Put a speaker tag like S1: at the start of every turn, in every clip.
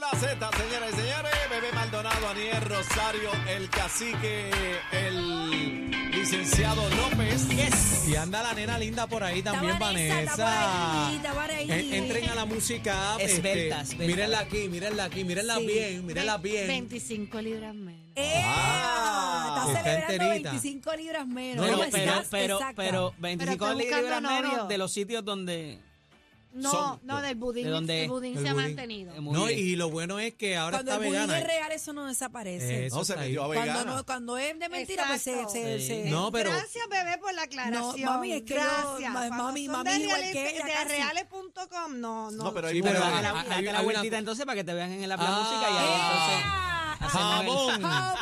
S1: la Z, señoras y señores. Bebé Maldonado, Aniel Rosario, el cacique, el licenciado López.
S2: Yes.
S3: Y anda la nena linda por ahí también,
S2: Vanessa,
S3: Vanessa.
S2: está por ahí, está por ahí.
S3: En- Entren a la música. app,
S2: Esbelta, esbelta.
S3: Mírenla aquí, mírenla aquí, mírenla
S2: Sí.
S3: bien, mírenla bien.
S4: 25 libras menos.
S2: ¡Eh!
S3: Ah,
S2: está
S3: está
S2: celebrando
S3: enterita.
S2: 25 libras menos.
S3: No,
S5: Pero,
S2: ¿Cómo
S3: no,
S5: pero,
S2: pues, estás?
S5: pero,
S2: Exacta.
S5: pero, 25
S4: Pero está
S5: libras
S4: buscando novio.
S5: menos de los sitios donde.
S4: No,
S5: Son-
S4: no, del budín.
S5: ¿De dónde
S4: el
S5: es?
S4: budín
S3: El Eh,
S4: se ha
S3: budín.
S4: mantenido.
S5: Muy
S3: No,
S5: bien.
S3: y lo bueno es que ahora
S2: Cuando el
S3: está
S2: budín
S3: vegana.
S2: es real, eso no desaparece.
S3: Eso
S1: No se
S3: está ahí.
S1: metió a
S2: Cuando,
S1: vegana.
S2: no- cuando es de mentira, pues se...
S4: Exacto.
S2: se-
S5: Sí.
S2: se-
S3: No, pero
S4: Gracias, bebé, por la aclaración.
S2: No, mami, es que yo-
S4: Gracias.
S2: ma-
S4: Cuando
S2: mami,
S4: son
S2: mami,
S4: de
S2: igual
S4: reales-
S2: que ella,
S4: De
S2: casi.
S4: reales.com, no, no.
S1: No, pero ahí
S3: Sí, pero
S5: Pero
S3: hay-
S5: date la,
S3: hay-
S5: date
S3: hay
S5: la
S3: una-
S5: vueltita entonces para que te vean en la plan
S3: Ah.
S5: música y ahí entonces.
S2: ¡Ah!
S5: hacemos el-
S3: jamón,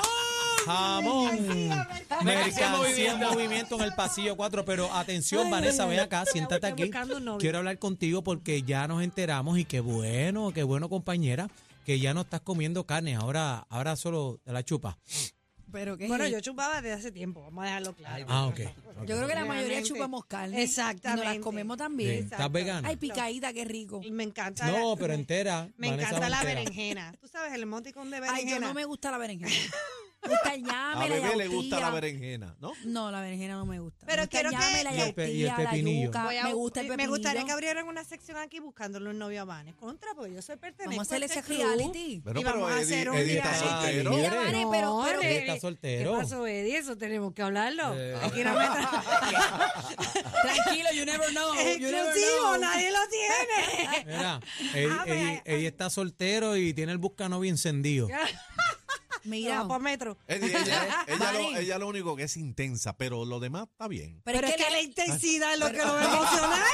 S3: jamón. Mercancía en movimiento. en el pasillo 4, pero atención,
S2: Ay,
S3: Vanessa,
S2: ay,
S3: ven
S2: ay.
S3: acá, siéntate
S4: estoy
S3: aquí.
S4: buscando un novio.
S3: Quiero hablar contigo porque ya nos enteramos y qué bueno, qué bueno, compañera, que ya no estás comiendo carne, ahora ahora solo te la chupa.
S2: Pero qué
S4: Bueno, yo chupaba desde hace tiempo, vamos a dejarlo claro.
S3: Ah, ok.
S2: Yo creo que la mayoría
S4: Realmente.
S2: chupamos carne. Y nos las
S4: Exactamente.
S2: comemos
S3: Bien,
S2: también.
S3: ¿Estás vegana?
S2: Ay, picadita, qué rico.
S4: Y me encanta.
S3: No,
S4: la-
S3: pero entera.
S4: Me
S3: Vanessa
S4: encanta la
S3: entera.
S4: berenjena. Tú sabes, el emoticón de berenjena.
S2: Ay, yo no me gusta la berenjena. Me gusta el ñame,
S1: A
S2: la
S1: bebé le gusta la
S2: yautía.
S1: berenjena, ¿no?
S2: No, la berenjena no me gusta.
S4: Pero
S2: Me gusta el
S4: quiero que-
S2: ñame, la
S3: Y el pe- y el
S2: yautía, la
S3: pepinillo.
S2: yuca.
S4: Voy a- eh,
S2: Me gusta el pepinillo.
S4: me gustaría que abrieran una sección aquí buscándole un novio a Vanes. Contra, porque yo soy pertenezco
S2: Vamos a hacer
S4: este
S2: ese
S4: club.
S2: reality.
S1: Bueno,
S4: Y vamos a
S1: Eddie-
S4: hacer un
S1: Eddie está
S4: reality.
S1: soltero.
S3: Mira,
S2: Mira, Vane,
S4: No,
S2: pero, pero
S4: Eddie,
S3: está soltero.
S4: ¿Qué pasó, Eddie? Eso tenemos que hablarlo.
S3: Eh.
S4: Aquí no me tra-
S2: tranquilo, you never know. you never
S4: Exclusivo,
S2: know.
S4: nadie lo tiene.
S3: Mira, Eddie,
S4: Ah, pues,
S3: Eddie-
S4: ah,
S3: Eddie está soltero y tiene el buscanovio encendido.
S2: Mira,
S4: Mira, por metro.
S1: Eddie, ella, ella lo,
S2: Vale.
S1: ella lo único que es intensa, pero lo demás está bien.
S4: Pero, es que la,
S2: le-
S4: intensidad es lo
S2: pero-
S4: que lo va a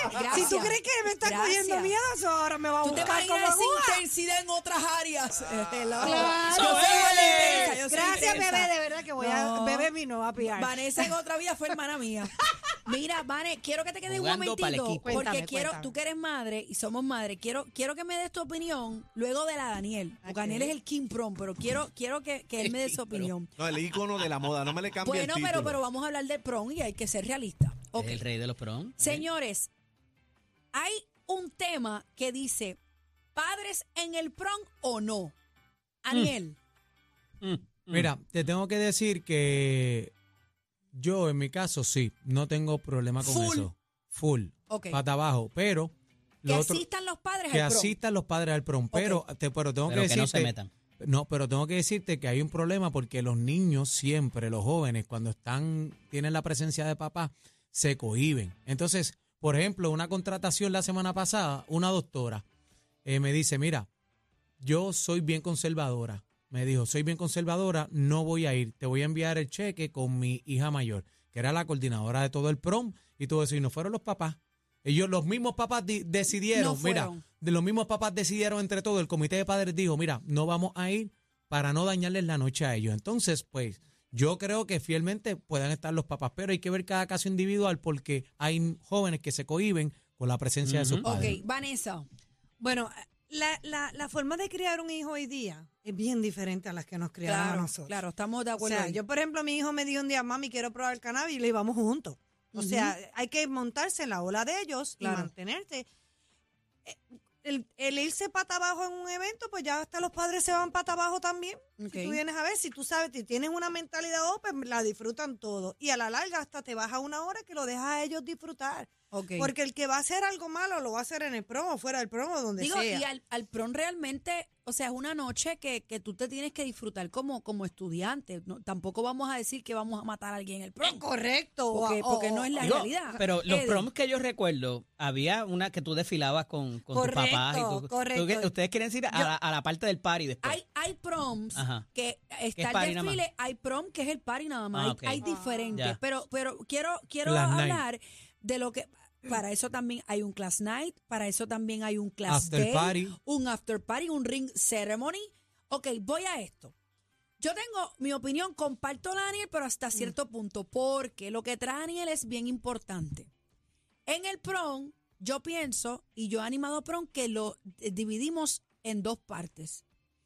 S4: emocionar. Si tú
S2: Gracias.
S4: crees que me está cogiendo
S2: Gracias.
S4: miedo, eso ahora me va a
S2: Tú te
S4: buscar
S2: imaginas
S4: como
S2: esa
S4: agua.
S2: intensidad en otras áreas. Eh, hello.
S4: Ah, Claro.
S2: Yo soy
S4: Bebé.
S2: intensa, yo soy
S4: Gracias,
S2: intensa.
S4: bebé, de verdad que voy a...
S2: No.
S4: Bebé mi no va a pillar.
S2: Vanessa en otra vida fue hermana mía. Mira, Vane, quiero que te quedes un
S5: Jugando
S2: momentito
S5: para el
S2: porque
S5: equipo.
S4: Cuéntame,
S2: quiero,
S4: cuéntame.
S2: tú que eres madre y somos madre, quiero, quiero que me des tu opinión luego de la Daniel. Porque
S4: Ok.
S2: Daniel es el King Prom, pero quiero, quiero que, que él me dé su opinión.
S1: No, el ícono de la moda, no me le cambie
S2: bueno,
S1: el título.
S2: pero, pero vamos a hablar del prom y hay que ser realista. Ok.
S5: El rey de los prom.
S2: Señores, hay un tema que dice padres en el prom o no. Aniel,
S5: Mm, mm.
S3: Mira, te tengo que decir que yo en mi caso sí, no tengo problema con
S2: Full.
S3: eso. Full.
S2: ok.
S3: Pata abajo, pero
S2: Que
S3: lo otro-
S2: asistan los padres
S3: que
S2: al prom.
S3: asistan los padres al prom, pero te pero tengo
S5: Pero que,
S3: que
S5: no
S3: decirte
S5: se metan.
S3: no, pero tengo que decirte que hay un problema porque los niños siempre, los jóvenes, cuando están, tienen la presencia de papá, se cohiben. Entonces, por ejemplo, una contratación la semana pasada, una doctora eh, me dice, mira, yo soy bien conservadora. Me dijo, soy bien conservadora, no voy a ir, te voy a enviar el cheque con mi hija mayor, que era la coordinadora de todo el prom y todo eso, y no fueron los papás. Ellos, los mismos papás di-
S2: No
S3: decidieron, mira,
S2: fueron.
S3: de los mismos papás decidieron entre todo, el comité de padres dijo, mira, no vamos a ir para no dañarles la noche a ellos. Entonces, pues, yo creo que fielmente puedan estar los papás, pero hay que ver cada caso individual porque hay jóvenes que se cohiben con la presencia de sus
S5: Ujú.
S2: Ok,
S3: padres.
S2: Vanessa. eh,
S4: Bueno, la, la, la forma de criar un hijo hoy día es bien diferente a las que nos criaron a
S2: Claro,
S4: nosotros.
S2: claro, estamos de
S4: O
S2: acuerdo.
S4: sea,
S2: ahí.
S4: yo, por ejemplo, mi hijo me dijo un día, mami, quiero probar el cannabis y le íbamos juntos. O
S2: Ujú.
S4: sea, hay que montarse en la ola de ellos
S2: Claro.
S4: y mantenerte. Eh, El, el irse pata abajo en un evento, pues ya hasta los padres se van pata abajo también.
S2: Ok.
S4: Si tú vienes a ver, si tú sabes, si tienes una mentalidad open, la disfrutan todo. Y a la larga hasta te baja una hora que lo dejas a ellos disfrutar.
S2: Ok.
S4: Porque el que va a hacer algo malo lo va a hacer en el promo, fuera del promo, donde
S2: Digo,
S4: sea.
S2: y al, al PRON realmente, o sea, es una noche que, que tú te tienes que disfrutar como, como estudiante. No, tampoco vamos a decir que vamos a matar a alguien en el PROM.
S4: Correcto.
S2: Porque,
S4: o- o-
S2: porque no es la
S5: Digo,
S2: realidad.
S5: Pero los
S2: Eddie,
S5: proms que yo recuerdo, había una que tú desfilabas con, con tus
S4: Correcto,
S5: papás. y tú- tú-
S4: correcto.
S5: ustedes quieren decir a, la, a la parte del party después.
S2: Hay, hay proms
S5: Ajá.
S2: que está
S5: party
S2: el
S5: nada más.
S2: desfile, hay prom que es el party nada más.
S5: Ah,
S2: Hay-
S5: ok.
S2: Hay, diferentes.
S5: Ya.
S2: Pero, pero quiero, quiero
S3: Class night.
S2: hablar de lo que. Para eso también hay un class night, para eso también hay un class
S3: After
S2: day,
S3: party.
S2: un after party, un ring ceremony. Ok, voy a esto. Yo tengo mi opinión, comparto la de Daniel, pero hasta cierto
S3: Mm.
S2: punto, porque lo que trae Daniel es bien importante. En el prom, yo pienso, y yo he animado prom, que lo eh, dividimos en dos partes.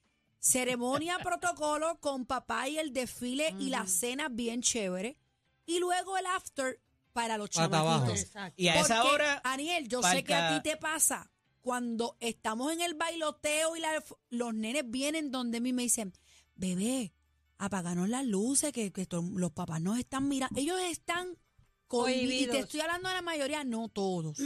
S2: Ceremonia, protocolo con papá y el desfile y
S3: Mm.
S2: la cena bien chévere. Y luego el after para los
S3: Pata abajo.
S2: chamaquitos.
S4: Exacto.
S5: y a esa
S2: Porque,
S5: hora,
S2: Aniel, yo sé
S5: falta-
S2: que a ti te pasa cuando estamos en el bailoteo y la- los nenes vienen donde mí y me dicen, bebé, apaganos las luces, que, que to- los papás nos están mirando. Ellos están cohibidos. Y te
S4: Cohibidos.
S2: estoy hablando de la mayoría, no todos.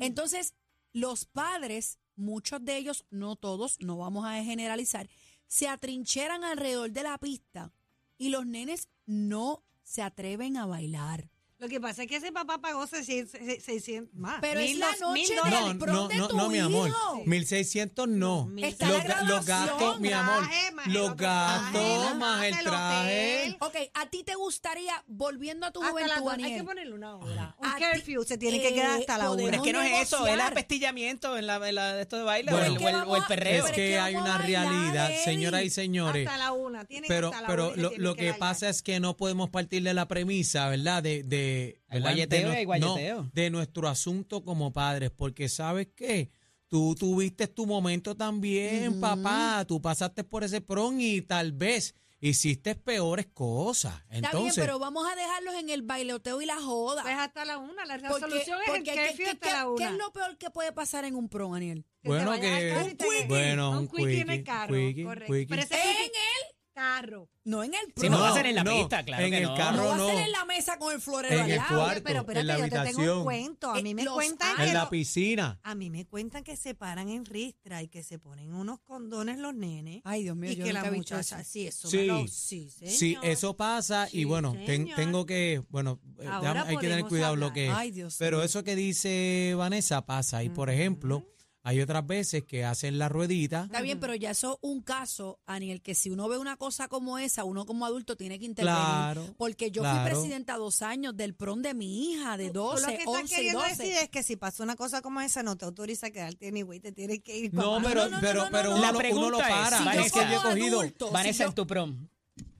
S2: Entonces, los padres, muchos de ellos, no todos, no vamos a generalizar, se atrincheran alrededor de la pista y los nenes no se atreven a bailar.
S4: Lo que pasa es que ese papá pagó 600, 600 más.
S2: Pero es
S4: Mil
S2: la
S4: dos-
S2: noche
S4: mil
S2: del
S4: dólares.
S3: No,
S2: prom
S3: no,
S2: de
S3: no,
S2: tu
S3: no, mi amor.
S2: hijo.
S3: 1600 no.
S4: Mil
S3: Los,
S2: Está la
S3: ga- los
S2: graduación,
S3: gastos, mi amor.
S4: traje, más el
S3: Los
S4: otro traje,
S3: gastos
S4: más
S3: más el
S4: el
S3: traje.
S4: hotel.
S2: Ok, ¿a ti te gustaría, volviendo a tu
S4: Hasta la
S2: juventud,
S4: do- Hay que
S2: Aniel,
S4: ponerle una hora. Un
S2: A ti-
S4: curfew se tiene que quedar hasta la
S2: eh,
S5: Pero es
S4: hora.
S5: que no es eso, es el
S2: negociar.
S5: apestillamiento en la, en la- esto de baile
S3: Bueno.
S5: o, el,
S3: Es que
S5: o el- o
S2: vamos
S5: el
S2: a-
S5: perreo.
S3: Es
S2: Pero es
S3: que
S2: que
S3: hay
S2: vamos
S3: una
S2: a bailar,
S3: realidad,
S2: Eddie.
S3: señores y señores.
S4: Hasta la una. Tienen
S3: Pero,
S4: hasta la
S3: pero
S4: una que
S3: lo,
S4: tienen
S3: lo que
S4: bailar.
S3: pasa es que no podemos partir de la premisa, ¿verdad? De, de,
S5: Hay
S3: ¿verdad?
S5: guayeteo y
S3: de,
S5: hay
S3: nu-
S5: guayeteo.
S3: no, de nuestro asunto como padres, porque sabes qué, tú tuviste tu momento también, papá, tú pasaste por ese pron y tal vez hiciste peores cosas.
S2: está
S3: Entonces,
S2: bien, pero vamos a dejarlos en el bailoteo y la joda.
S4: Pues hasta la una. La
S2: Porque-
S4: resolución es el
S2: porque ¿qué-
S4: curfew
S2: qué-
S4: hasta la
S2: ¿Qué
S4: una.
S2: es lo peor que puede pasar en un prom, Aniel?
S4: te
S3: bueno,
S4: vayas al carro y
S3: que
S4: te quede-
S3: bueno,
S4: un
S3: un
S4: quickie en el
S3: quickie,
S4: carro,
S3: quickie,
S4: correcto.
S3: quickie.
S4: Pero ese
S2: En
S4: quickie-
S2: el,
S4: carro.
S2: no en el
S5: Sí,
S2: prom.
S5: no va a
S2: no,
S5: ser en la pista, claro
S3: En
S5: que
S3: el
S5: no.
S3: carro
S2: va a
S3: no.
S2: ser en la mesa con el florero
S3: En
S2: al
S3: el
S2: lado.
S3: cuarto,
S4: Oye, pero espérate,
S3: en la
S4: yo te tengo
S3: habitación.
S4: un cuento. A
S2: Eh,
S4: mí me
S2: los
S4: cuentan que
S2: años.
S3: en la
S4: lo-
S3: piscina.
S4: a mí me cuentan que se paran en ristra y que se ponen unos condones los nenes.
S2: Ay, Dios mío,
S4: y
S2: yo
S4: que la
S2: nunca he visto
S4: muchacha,
S2: eso.
S4: sí, eso
S3: Sí.
S4: me lo- sí,
S3: Sí,
S4: señor.
S3: eso pasa y
S4: Sí,
S3: bueno, ten-
S4: señor.
S3: tengo que, bueno, eh,
S4: Ahora
S3: déjame- hay que tener
S4: podemos
S3: cuidado lo
S4: hablar.
S3: que...
S2: Ay, Dios
S3: Pero
S2: mío.
S3: eso que dice Vanessa pasa. Y por ejemplo, hay otras veces que hacen la ruedita.
S2: Está bien, pero ya eso es un caso, Aniel, que si uno ve una cosa como esa, uno como adulto tiene que intervenir.
S3: Claro,
S2: porque yo
S3: claro.
S2: fui presidenta dos años del prom de mi hija, de
S4: Tú lo
S2: 12,
S4: que estás
S2: 11 y
S4: queriendo
S2: 12.
S4: decir es que si pasa una cosa como esa, no te autoriza a quedarte ni güey, te tienes que ir.
S3: No,
S4: papá.
S3: pero,
S2: no, no,
S3: pero,
S2: no,
S3: pero
S2: no.
S3: uno,
S5: La
S3: lo- uno
S5: pregunta
S3: lo
S5: es,
S3: para.
S5: si
S3: es
S5: yo
S3: que yo he
S5: como
S3: cogido.
S2: adulto-
S5: Vanessa,
S2: Si yo-
S5: en tu prom.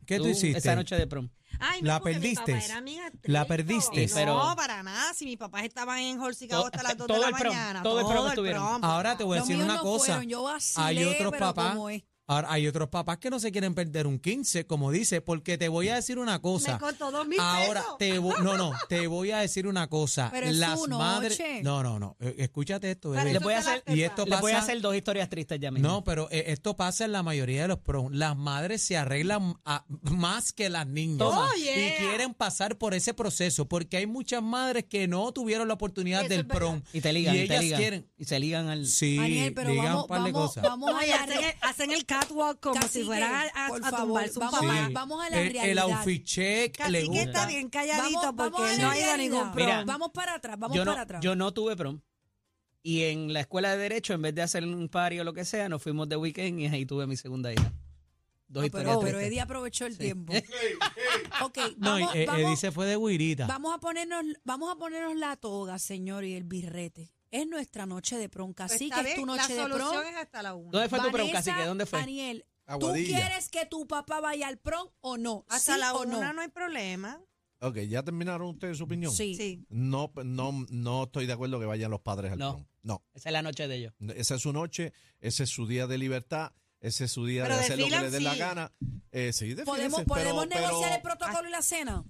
S3: ¿Qué tú, hiciste?
S5: Esa noche de prom.
S4: Ay, no,
S3: La
S4: porque mi
S3: perdiste.
S4: papá era bien estricto.
S3: La perdiste.
S5: Sí, pero-
S4: No, para nada. Si mis papás estaban en Holcicao hasta las 2 de
S5: Todo
S4: la
S5: el prom,
S4: mañana.
S5: todo el prom estuvieron.
S4: papá.
S3: Ahora te voy a
S2: Los
S3: decir
S2: míos
S3: una
S2: no
S3: cosa.
S2: fueron, yo vacilé,
S3: hay otros
S2: pero
S3: papás.
S2: como es.
S3: ahora, hay otros papás que no se quieren perder un 15, como dice, porque te voy a decir una cosa.
S4: Me costó dos mil
S3: Ahora
S4: pesos.
S3: te voy, no, no, te voy a decir una cosa.
S2: Pero es
S3: Las
S2: su
S3: madres,
S2: noche.
S3: no, no, no, eh, escúchate esto,
S4: Para
S3: bebé.
S4: eso
S5: Les voy a
S4: te la
S5: hacer-
S4: pepa.
S3: y esto
S5: Les voy a
S3: pasa-
S5: hacer dos historias tristes ya mismo.
S3: No, pero eh, esto pasa en la mayoría de los prom. Las madres se arreglan a- más que las niñas.
S5: Toma.
S4: Oh, yeah.
S3: Y quieren pasar por ese proceso porque hay muchas madres que no tuvieron la oportunidad
S4: Eso
S3: del
S4: es verdad.
S3: prom.
S5: Y te ligan, y te
S3: ellas
S5: ligan.
S3: quieren.
S5: Y se ligan al...
S3: Sí,
S2: Aniel, pero
S3: digan
S2: vamos,
S3: un par de
S2: vamos,
S3: cosas.
S2: vamos
S4: Oye,
S2: a la
S4: hacen,
S2: re-
S4: el, hacen el catwalk como
S2: Cacique,
S4: si fueran a, a,
S2: por
S4: a
S2: favor,
S4: tumbarse un
S2: vamos
S4: papá.
S2: a- vamos a la
S3: Eh, el, el
S2: realidad.
S3: outfit check le
S4: Cacique
S3: gusta.
S4: está bien calladito
S2: vamos,
S4: porque
S2: vamos a la
S4: no ha ido a
S2: realidad.
S4: ningún prom.
S5: Mira,
S2: vamos para atrás, vamos
S5: yo no,
S2: para atrás.
S5: Yo no tuve prom. Y en la escuela de Derecho, en vez de hacer un party o lo que sea, nos fuimos de weekend y ahí tuve mi segunda hija. Dos
S2: No,
S5: historias
S2: Ah, pero, oh, pero
S5: tristes.
S2: Eddie aprovechó el tiempo. ok,
S3: No, y,
S2: vamos,
S3: eh, eh,
S2: vamos,
S3: dice fue de guirita.
S2: vamos a ponernos, vamos a ponernos la toga, señor, y el birrete. Es nuestra noche de prom,
S4: Pues
S2: casi
S4: está
S2: que es
S4: bien,
S2: tu noche
S4: La
S2: de prom.
S4: solución es hasta la una.
S5: ¿Dónde fue tu prom,
S2: Vanessa,
S5: cacique? ¿Dónde fue?
S2: Daniel, ¿tú
S1: Aguadilla.
S2: quieres que tu papá vaya al prom o no?
S4: Hasta
S2: ¿Sí
S4: la
S2: o
S4: una
S2: no?
S4: no. hay problema.
S1: Ok, ¿ya terminaron ustedes su opinión?
S2: Sí.
S4: Sí.
S1: No, no, no estoy de acuerdo que vayan los padres al
S5: No.
S1: prom. No.
S5: Esa es la noche de ellos.
S1: Esa es su noche, ese es su día de libertad, ese es su día
S4: Pero
S1: de hacer lo que
S4: desfilan,
S1: le dé la
S4: sí.
S1: gana. Eh, sí,
S2: ¿Podemos,
S1: defínense,
S2: podemos
S1: pero-
S2: negociar el
S1: pero-
S4: Ah.
S2: protocolo y la cena?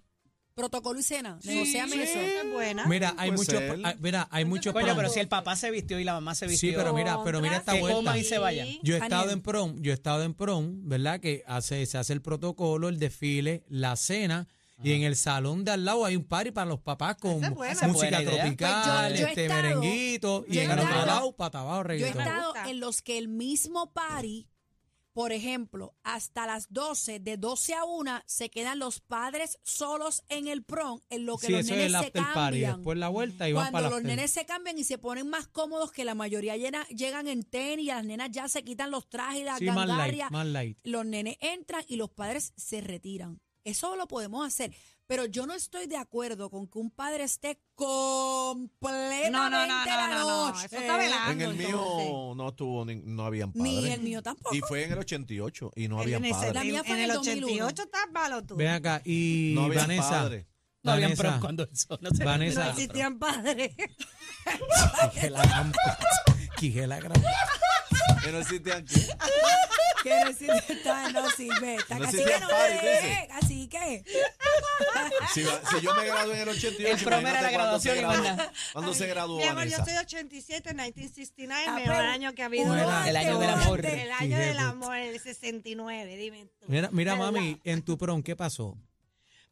S2: Protocolo y cena.
S1: Sí,
S2: Negociame
S1: sí.
S2: eso.
S4: Esa es buena.
S3: Mira, hay
S1: Puede
S3: muchos,
S1: ser.
S3: ah, mira, hay muchos
S5: Coño,
S3: prom.
S5: pero si el papá se vistió y la mamá se vistió.
S3: Sí, pero mira, pero mira esta
S5: Que
S3: vuelta.
S5: coma y se vaya.
S3: Yo he estado
S2: Daniel.
S3: en prom, yo he estado en prom, ¿verdad? Que hace, se hace el protocolo, el desfile, la cena. Y en el salón de al lado hay un party para los papás con
S4: Esa es buena.
S5: Esa es
S3: música
S5: buena idea.
S3: tropical,
S2: Pues yo- yo he
S3: este
S2: estado-
S3: merenguito. Y
S2: yo he
S3: en el otro
S2: estado-
S3: lado, para abajo,
S2: Yo he
S3: reggaetón.
S4: Me
S2: estado
S4: gusta.
S2: en los que el mismo party, por ejemplo, hasta las 12, de 12 a 1, se quedan los padres solos en el prom, en lo que
S3: Sí,
S2: los
S3: eso es
S2: nenes
S3: el
S2: se
S3: after party.
S2: cambian.
S3: Después la vuelta y van
S2: Cuando
S3: para
S2: los
S3: la
S2: nenes se cambian y se ponen más cómodos, que la mayoría llena- llegan en tenis, y las nenas ya se quitan los trajes, las
S3: Sí, más light,
S2: gangarrias,
S3: más light.
S2: los nenes entran y los padres se retiran. Eso lo podemos hacer. Pero yo no estoy de acuerdo con que un padre esté completamente
S4: No, no, no, no,
S2: la
S4: no, no.
S2: noche.
S4: Eso está velado.
S1: En el
S4: Entonces.
S1: mío no tuvo ni- no habían padres.
S2: Ni el mío tampoco.
S1: Y fue en el 88 y no habían
S4: en, ese-
S2: La
S1: padres.
S2: mía fue en
S4: en el
S2: el 2001.
S4: 88 estás malo tú.
S3: Ven acá, y
S1: No habían
S3: Vanessa.
S1: padres.
S5: No habían
S3: Vanessa,
S5: prom cuando eso. No se
S3: Vanessa.
S4: no
S3: esa-
S4: existían padres.
S3: Quije la gran- quije la gran-
S1: Que no existían aquí.
S2: Quiero decir, está, no sirve. Está,
S1: No
S2: así
S1: sirve
S2: que
S1: a
S2: no
S1: Fabi,
S2: te
S1: dice.
S2: dejes, así que.
S1: Si, va- si yo me gradué en el 88,
S5: El promedio era la
S1: imagínate cuándo se
S5: graduación,
S1: graduó-
S5: ¿verdad?
S1: ¿Cuándo se graduó
S4: Mi amor, yo
S1: Vanessa?
S4: soy 87, 1969,
S2: Ah,
S4: mejor
S2: pero-
S4: año que ha habido.
S2: Uy,
S5: Era el año del
S2: aguante,
S5: amor.
S2: aguante.
S4: El año del
S3: Hijo de-
S4: amor, el 69, dime tú.
S3: Mira, mira
S4: ¿Verdad?
S3: mami, en tu prom, ¿qué pasó?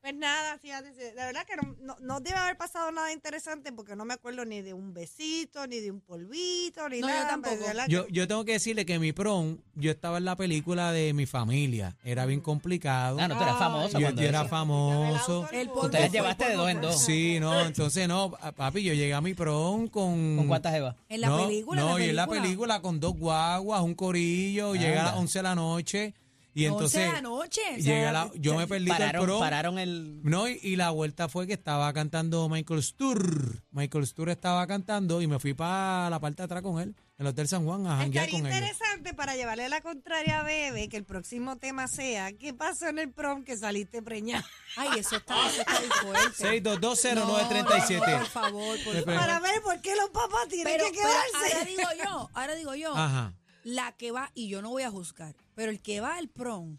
S4: Pues nada, fíjate, sí, la verdad que no, no- no debe haber pasado nada interesante porque no me acuerdo ni de un besito, ni de un polvito, ni
S2: No, yo
S4: nada.
S2: tampoco.
S4: pues, de verdad que-
S3: Yo, yo tengo que decirle que mi prom, yo estaba en la película de mi familia. Era bien complicado.
S5: Ah, no, tú eras
S4: Ay,
S5: famosa
S3: Yo-
S5: cuando
S3: yo era
S5: eso.
S3: famoso.
S2: El
S4: polvo
S2: polvo
S5: Ustedes
S2: fue,
S5: llevaste
S2: el
S5: de
S2: polvo
S5: dos en
S2: fue.
S5: dos.
S3: Sí, no, entonces no, pa- papi, yo llegué a mi prom con...
S5: ¿Con cuántas Eva?
S2: En la
S3: no,
S2: película.
S3: No,
S2: en
S3: y en la película con dos guaguas, un corillo, llegué a las
S5: Anda.
S3: 11 de la noche y entonces...
S2: de la noche. o sea,
S3: llegué a la- yo me perdí del
S5: Pararon,
S3: prom.
S5: pararon el.
S3: No, y, y la vuelta fue que estaba cantando Michael Stur. Michael Stur estaba cantando y me fui para la parte de atrás con él, en el Hotel San Juan, a janguear
S4: Estaría
S3: con él.
S4: interesante para llevarle la contraria a Bebe que el próximo tema sea ¿Qué pasó en el prom que saliste preñada?
S2: Ay, eso está, eso está bien fuerte.
S3: 6220937.
S2: No, no, por favor, por
S3: Te
S2: favor.
S3: pregunto.
S4: Para ver por qué los papás tienen
S2: Pero,
S4: que
S2: pero ahora
S4: quedarse.
S2: digo yo, ahora digo yo,
S3: Ajá.
S2: la que va, y yo no voy a juzgar, pero el que va al prom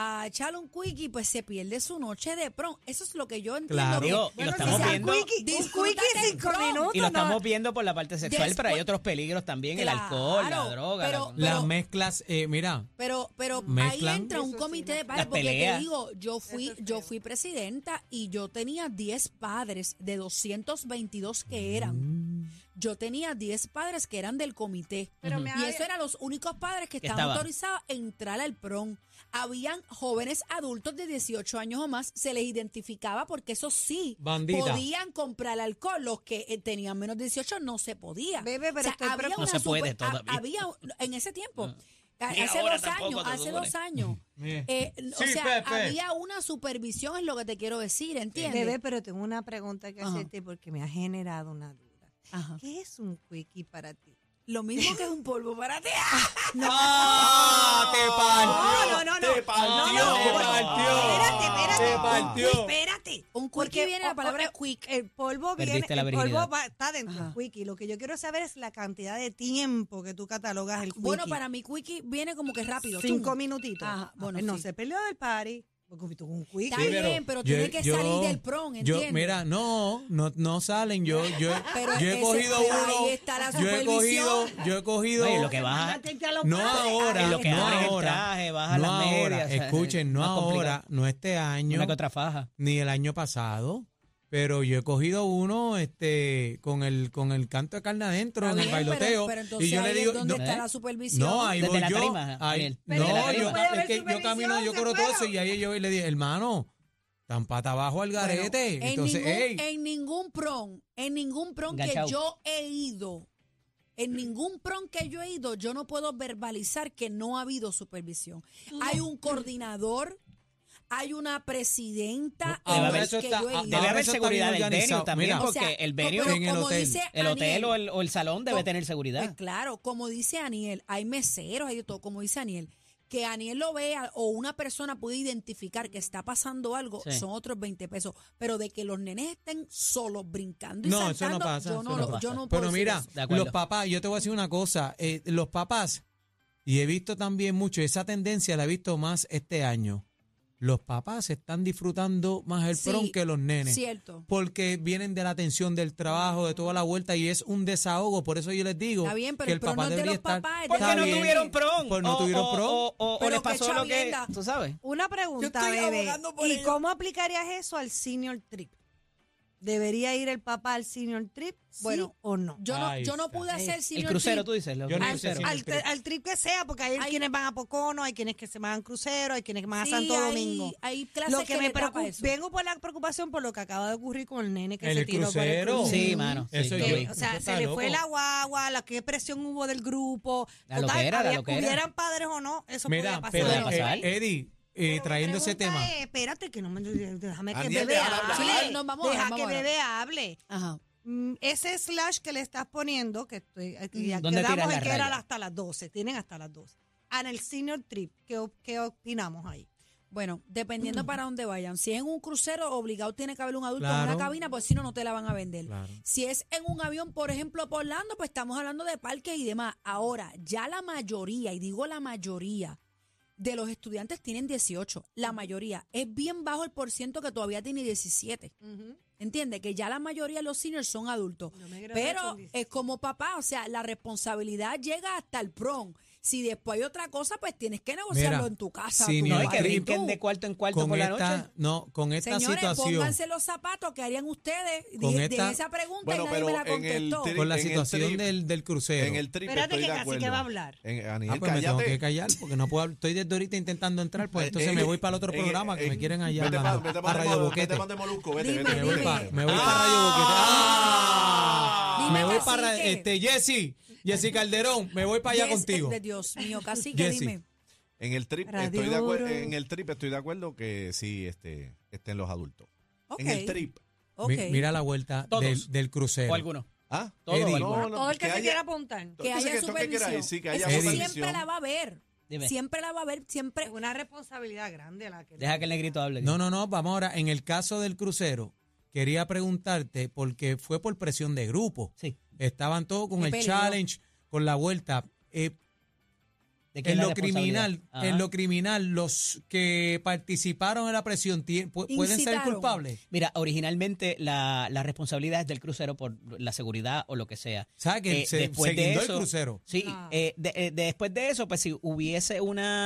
S2: a echarle un quickie, pues se pierde su noche de prom. Eso es lo que yo entiendo.
S3: Claro.
S2: que-
S5: Digo, y
S4: Bueno,
S5: lo
S4: si
S5: estamos
S4: sea
S5: viendo.
S4: quickie, un
S2: Disfrútate
S4: quickie
S2: el
S4: cinco
S2: prom.
S4: minutos.
S5: Y lo
S4: no.
S5: estamos viendo por la parte sexual, pero hay
S2: Después-
S5: otros peligros también, el alcohol, la
S2: Claro,
S5: droga. la-
S2: pero-
S3: Las mezclas, eh, mira,
S2: Pero, pero
S3: Mezclan.
S2: ahí entra un
S4: Eso sí,
S2: comité de
S4: mezclan.
S2: padres,
S5: Las
S2: porque te
S5: peleas.
S2: digo, yo fui,
S4: Eso es
S2: yo
S4: feo.
S2: fui presidenta y yo tenía 10 padres de 222 que eran.
S5: Mm.
S2: Yo tenía 10 padres que eran del comité.
S4: Pero me
S2: Y
S4: había-
S2: eso eran los únicos padres que
S5: Que
S2: estaban
S5: estaban.
S2: autorizados a entrar al PROM. Habían jóvenes adultos de 18 años o más, se les identificaba porque eso sí,
S3: Bandita.
S2: podían comprar alcohol. Los que eh, tenían menos de 18 no se podía.
S4: Bebe, pero estoy
S2: había
S4: preocup-
S5: No
S2: una
S5: se puede
S2: super- ha-
S5: todavía. Ah.
S2: Había, en ese tiempo, a-
S5: Ni
S2: hace
S5: ahora
S2: dos
S5: tampoco,
S2: años,
S5: te
S2: hace
S5: supone.
S2: dos años.
S3: Mira.
S2: Eh, o
S3: Sí,
S2: sea,
S3: Pepe.
S2: había una supervisión, es lo que te quiero decir, ¿entiendes?
S4: Bebé, pero tengo una pregunta que
S2: Ajá.
S4: hacerte porque me ha generado una duda.
S2: Ajá.
S4: ¿Qué es un quickie para ti?
S2: Lo mismo que es un polvo para ti.
S3: ¡Ah! ¡Te partió!
S4: No, no, no, no.
S3: ¡Te partió!
S4: No,
S5: no,
S3: ¡Te
S5: no,
S3: partió!
S4: Espérate, espérate.
S3: ¡Te partió!
S4: Espérate.
S2: Un quickie viene la palabra
S4: quick. eh, El polvo viene,
S5: Perdiste la
S4: el polvo
S5: virginidad.
S4: va- está dentro
S2: Ajá.
S4: del quickie. Lo que yo quiero saber es la cantidad de tiempo que tú catalogas el quickie.
S2: Bueno, para mi quickie viene como que rápido.
S4: cinco
S2: tum.
S4: minutitos.
S2: Ajá,
S4: Ah,
S2: bueno,
S4: pues no
S2: sí.
S4: se peleó del party porque tuvo un quickie.
S2: Está bien, pero
S3: yo-
S2: tiene que
S3: yo-
S2: salir del prom,
S3: yo-
S2: ¿entiendes?
S3: mira, no, no, no salen. Yo, yo,
S2: Pero
S3: yo he
S2: ese-
S3: cogido
S2: pero
S3: uno.
S2: ahí está la
S3: yo he cogido,
S2: supervisión.
S3: yo he cogido.
S5: No, y lo que baja.
S3: No ahora,
S5: lo que
S3: no
S5: abres el
S3: ahora,
S5: traje, baja
S3: no
S5: las medias,
S3: ahora,
S5: o sea,
S3: escuchen, no
S5: más complicado.
S3: ahora, no este año,
S5: Una que otra faja.
S3: ni el año pasado, pero yo he cogido uno, este, con el, con el canto de carne adentro,
S2: Está
S3: en el
S2: bien, pero-
S3: bailoteo,
S2: Pero, entonces
S3: y yo
S2: ahí
S3: le
S2: es
S3: digo,
S2: donde
S3: no,
S2: está
S5: ¿eh?
S2: la supervisión.
S3: no, ahí
S5: Desde
S3: voy
S5: la
S3: yo,
S5: tarima,
S3: ahí-
S5: Daniel,
S3: no,
S5: desde la tarima.
S3: yo,
S5: Puede
S3: es
S4: haber
S3: que yo camino, yo
S4: supervisión,
S3: corro
S4: se
S3: todo eso
S4: puede.
S3: y ahí yo le dije, hermano, tan pata abajo al garete,
S2: En,
S3: entonces,
S2: ningún,
S3: ey,
S2: en ningún prom, en ningún prom
S5: Enganchado.
S2: que yo he ido, en ningún prom que yo he ido, yo no puedo verbalizar que no ha habido supervisión. Hay un coordinador, hay una presidenta
S3: No,
S2: en
S3: ahora
S2: los
S5: eso
S2: que
S3: está-
S2: yo he
S3: Debe
S5: Debe
S2: ido.
S3: ahora
S5: haber
S3: eso está
S5: seguridad
S3: bien
S5: del venue
S3: organizado.
S5: también,
S3: Mira.
S5: porque
S2: O sea,
S5: el
S2: no,
S5: venue,
S2: pero
S3: en el
S2: como
S3: hotel.
S2: dice
S5: el hotel
S2: Aniel,
S5: o el, o el salón debe
S2: Co-
S5: tener
S2: Pues
S5: seguridad.
S2: claro, como dice Aniel, hay meseros, hay de todo, como dice Aniel. Que Aniel lo vea o una persona puede identificar que está pasando algo,
S5: Sí.
S2: son otros 20 pesos. Pero de que los nenes estén solos brincando y
S3: No, eso
S2: saltando,
S3: no pasa.
S2: yo
S3: eso
S2: no,
S3: no
S2: lo-
S3: pasa.
S2: yo no puedo
S3: Pero
S2: decir
S3: mira,
S2: eso.
S5: De acuerdo.
S3: los papás, yo te voy a decir una cosa, eh, los papás, y he visto también mucho, esa tendencia la he visto más este año. Los papás están disfrutando más el
S2: Sí,
S3: prom que los nenes.
S2: Cierto.
S3: Porque vienen de la atención del trabajo, de toda la vuelta, y es un desahogo. Por eso yo les digo
S2: Está bien, pero
S3: que
S2: el
S3: el
S2: prom no
S3: papá
S2: es de
S3: debería
S2: los
S3: estar.
S2: papás, es de
S5: Porque
S3: Está
S5: no
S3: bien.
S5: tuvieron prom.
S3: Pues no
S5: o-
S3: tuvieron
S5: o-
S3: prom.
S5: O, o- o
S2: Pero
S5: les
S2: qué
S5: pasó lo que.
S2: chavienda.
S5: Tú sabes.
S4: Una pregunta,
S2: Yo estoy
S4: bebé.
S2: abogando por
S4: ¿Y
S2: ello.
S4: cómo aplicarías eso al senior trip? ¿Debería ir el papá al senior trip? ¿Sí
S2: Bueno,
S4: o no?
S2: Yo no,
S3: Ahí
S2: yo no
S3: está.
S2: pude hacer
S5: El
S2: senior
S5: crucero,
S2: trip.
S5: tú dices. los
S3: Yo no
S5: cruceros.
S3: hice senior
S4: Al,
S3: trip.
S4: al trip que sea, porque hay,
S2: Hay-
S4: quienes van a Pocono, hay quienes que se van a crucero, hay quienes que van a
S2: Sí,
S4: Santo
S2: hay-
S4: Domingo.
S2: Hay clases
S4: Lo que, me
S2: le tapa
S4: preocupa,
S2: eso.
S4: vengo por la preocupación por lo que acaba de ocurrir con el nene que
S3: En
S4: se
S3: el
S4: tiró
S3: crucero.
S4: por el crucero.
S5: Sí, mano.
S3: Eso
S5: sí,
S3: yo
S5: yo
S4: Que,
S3: vi.
S5: vi.
S4: o sea,
S3: Eso
S4: se
S3: está
S4: le
S3: loco.
S4: fue la guagua, la qué presión hubo del grupo.
S5: La loquera, la
S4: había-
S5: loquera.
S4: Hubieran padres o no, eso
S3: Mira,
S4: podía
S3: pero,
S5: Puede
S4: pasar.
S3: eh,
S5: pasar.
S3: Eddie, eh,
S4: Pero mi
S3: trayendo ese
S4: pregunta
S3: tema.
S4: es, espérate, que no me. Déjame que
S1: Daniel,
S4: bebé
S1: déjala
S4: hable.
S1: hablar.
S2: Sí, nos vamos
S4: Deja
S2: ahora, vamos
S4: que
S2: ahora.
S4: bebé hable.
S2: Ajá.
S4: Mm, Ese slash que le estás poniendo, que estoy. eh, que ya
S5: Mm, ¿Dónde tiras
S4: quedamos
S5: la
S4: en que era
S5: raya?
S4: hasta las 12. Tienen hasta las 12. En el senior trip, ¿qué, op- qué opinamos ahí?
S2: Bueno, dependiendo para dónde vayan. Si es en un crucero, obligado tiene que haber un adulto en
S3: Claro.
S2: una cabina, pues si no, no te la van a vender.
S3: Claro.
S2: Si es en un avión, por ejemplo, por Orlando, pues estamos hablando de parques y demás. Ahora, ya la mayoría, y digo la mayoría, de los estudiantes tienen 18. La mayoría. Es bien bajo el porciento que todavía tiene 17.
S4: Ujú.
S2: ¿Entiendes? Que ya la mayoría de los seniors son adultos.
S4: Yo me gradué
S2: Pero
S4: con 16.
S2: es como papá, o sea, la responsabilidad llega hasta el prom. Si después hay otra cosa, pues tienes que negociarlo
S3: Mira,
S2: en tu casa.
S3: si
S2: tú
S3: ni
S5: No,
S2: lo
S5: y que
S2: haces
S3: escriben
S2: tú.
S5: brinquen de cuarto en cuarto
S3: Con
S5: por la
S3: esta,
S5: noche.
S3: no, con esta
S2: Señores,
S3: situación,
S2: pónganse los zapatos que harían ustedes.
S3: Con
S2: Dije-
S3: esta-
S2: dejé esa pregunta
S1: Bueno,
S2: y nadie me la
S1: pero en el
S2: contestó.
S1: tri-
S3: con la
S1: en el
S3: situación
S1: trip,
S3: del, del crucero.
S1: En el trip
S4: Espérate
S1: estoy
S4: que
S1: de
S4: casi
S1: acuerdo.
S4: que va a hablar.
S1: En,
S3: Ah,
S1: Aniel,
S3: pues me tengo
S1: cállate.
S3: que callar porque no puedo hablar. Estoy desde ahorita intentando entrar, pues entonces
S1: Eh,
S3: me
S1: eh,
S3: voy para el otro
S1: eh,
S3: programa que
S1: eh,
S3: me quieren allá
S1: Vete pa-
S3: hablando,
S1: vete pa-
S3: a Radio
S1: vete
S3: Boquete.
S1: pa- de Molusco, vete,
S2: Dime,
S1: vete,
S3: Me
S1: vete.
S3: voy
S2: dime.
S3: para me voy pa Radio Boquete.
S1: Ah.
S3: ¡Ah!
S2: Dime,
S3: me voy para
S2: cacique.
S3: este Jessy, Jessy Calderón, me voy para allá
S2: Yes,
S3: contigo.
S2: De eh, Dios mío, casi que
S3: Jessy.
S2: dime.
S1: En el trip
S4: Radio
S1: estoy de acuerdo,
S4: Oro.
S1: en el trip estoy de acuerdo que sí este estén los adultos.
S2: Ok,
S1: En el trip,
S2: ok.
S3: Mi- Mira la vuelta
S5: Todos.
S3: del, del crucero.
S5: O alguno.
S1: ¿ah?
S5: Todo
S1: Eddie,
S5: vale, bueno.
S4: Todo el que, se
S1: haya-
S4: quiera apuntar.
S1: todo
S2: que
S1: el que se-
S2: haya
S1: todo el que quiera
S2: supervisión.
S1: ir, sí, que haya
S2: Eso
S3: supervisión.
S2: siempre la va a ver.
S5: Dime.
S2: Siempre la va a ver. Siempre.
S4: Es una responsabilidad grande la que.
S5: Deja que el negrito hable.
S3: No, no, no, vamos ahora. En el caso del crucero, quería preguntarte, porque fue por presión de grupo.
S5: Sí.
S3: Estaban todos con
S2: Qué
S3: el
S2: peligro.
S3: challenge, con la vuelta. Eh,
S5: ¿De quién
S3: en
S5: la
S3: lo criminal,
S5: responsabilidad? Ajá.
S3: en lo criminal, los que participaron en la presión tie- pu- pueden ser
S2: Incitaron.
S3: culpables.
S5: Mira, originalmente la, la responsabilidad es del crucero por la seguridad o lo que sea.
S3: ¿Sabes que
S5: Eh,
S3: se,
S5: después
S3: se
S5: de
S3: guindó
S5: eso-
S3: el crucero?
S5: Sí,
S4: No.
S5: eh, de- eh, después de eso, pues si hubiese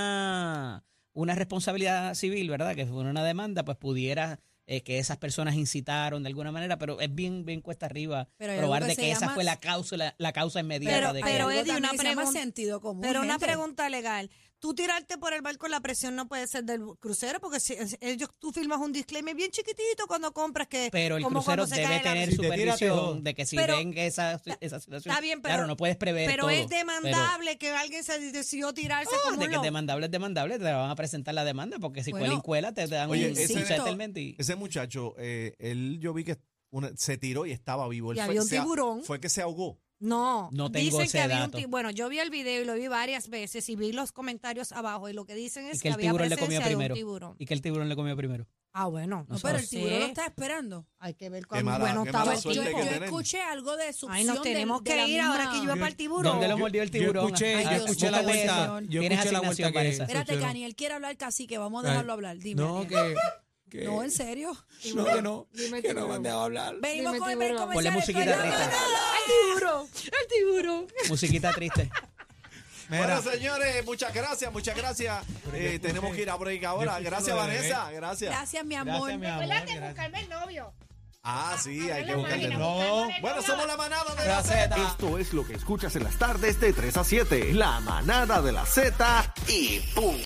S5: una, una responsabilidad civil, ¿verdad? Que fuera una demanda, pues pudiera eh, que esas personas incitaron de alguna manera, pero es bien, bien cuesta arriba
S2: Pero hay
S5: probar
S2: algo que
S5: de
S2: se
S5: que esa
S2: llama-
S5: fue la causa, la, la causa inmediata
S4: Pero-
S5: de que-
S4: pero
S2: Hay algo
S4: Eddie,
S2: también
S4: una
S2: que se llama
S4: pregunta.
S2: sentido común.
S4: Pero una
S2: gente.
S4: pregunta legal. Tú tirarte por el barco, la presión no puede ser del crucero, porque si, es- ellos, tú firmas un disclaimer bien chiquitito cuando compras que.
S5: Pero el
S4: como
S5: crucero
S4: cuando se
S5: debe
S4: cae la-
S5: tener
S3: Si te tira, te joden.
S5: supervisión de que si
S4: Pero-
S5: ven esa, esa situación.
S4: está bien, pero-
S5: claro, no puedes prever
S4: Pero
S5: todo,
S4: es
S5: pero-
S4: demandable que alguien se decidió tirarse como
S5: de
S4: un
S5: que es
S4: loco.
S5: demandable es demandable, te van a presentar la demanda, porque si
S2: Bueno,
S5: cuela y cuela te dan
S1: Oye,
S5: un,
S1: ese-
S5: un settlement y
S1: Ese muchacho, eh, él yo vi que una- se tiró y estaba vivo. Él
S4: Y
S1: fue,
S4: había un
S1: se a-
S4: tiburón.
S1: Fue que se ahogó.
S4: No,
S5: No tengo
S4: dicen
S5: ese
S4: que había un
S5: dato.
S4: ti- Bueno, yo vi el video y lo vi varias veces y vi los comentarios abajo y lo que dicen es
S5: Y
S4: que,
S5: que el
S4: había
S5: tiburón le
S4: presencia
S5: comió
S4: de un
S5: primero.
S4: tiburón.
S5: y que el tiburón le comió primero.
S4: Ah, bueno.
S5: No
S2: No, pero el
S4: sé.
S2: tiburón lo está esperando.
S4: Hay que ver
S1: Qué
S4: cuán
S1: mala-
S4: bueno
S1: qué
S4: estaba
S1: mala
S4: el
S2: Yo, yo
S1: suerte que
S4: tiburón.
S1: tenemos.
S2: escuché algo de succión.
S4: Ay, nos
S2: del-
S4: tenemos
S2: de
S4: que
S2: la
S4: ir ahora
S2: misma-
S4: que yo iba para el tiburón.
S5: ¿Dónde lo mordió el
S3: Yo
S5: tiburón?
S3: escuché,
S5: Ajá.
S3: yo
S2: Ay,
S3: escuché
S2: Dios
S3: la
S2: mío,
S3: vuelta.
S2: señor.
S3: Yo
S5: Tienes
S3: escuché la
S5: asignación
S3: vuelta
S5: para
S3: que.
S5: esa.
S2: Espérate,
S3: escucharon.
S2: Cani, él quiere hablar casi que vamos a
S3: Ay,
S2: dejarlo hablar. Dime.
S3: No, que. que-
S2: No, en serio.
S3: no, que no.
S4: Dime
S3: Que no
S4: tiburón.
S3: me han dejado hablar.
S2: Venimos
S4: Dime,
S2: con el break
S4: tiburón.
S5: Ponle
S2: comercial. después
S5: musiquita
S2: de la
S5: triste.
S2: manada.
S4: El tiburón, el tiburón.
S5: Musiquita triste.
S3: Mira,
S1: Bueno, señores, muchas gracias, muchas gracias. Eh,
S3: escuché-
S1: tenemos que ir a break ahora.
S3: escuché
S1: Gracias,
S3: lo de
S1: Vanessa. Gracias.
S2: Gracias, mi amor.
S3: Gracias, mi amor, gracias.
S6: el novio.
S1: Ah, sí, hay que
S6: la
S1: buscarle.
S6: máquina,
S1: No.
S6: buscándole el
S1: Bueno,
S6: novio.
S1: somos la manada de la
S3: La
S1: Z.
S3: Z.
S7: Esto es lo que escuchas en las tardes de 3 a 7. La manada de la Z y ¡pum!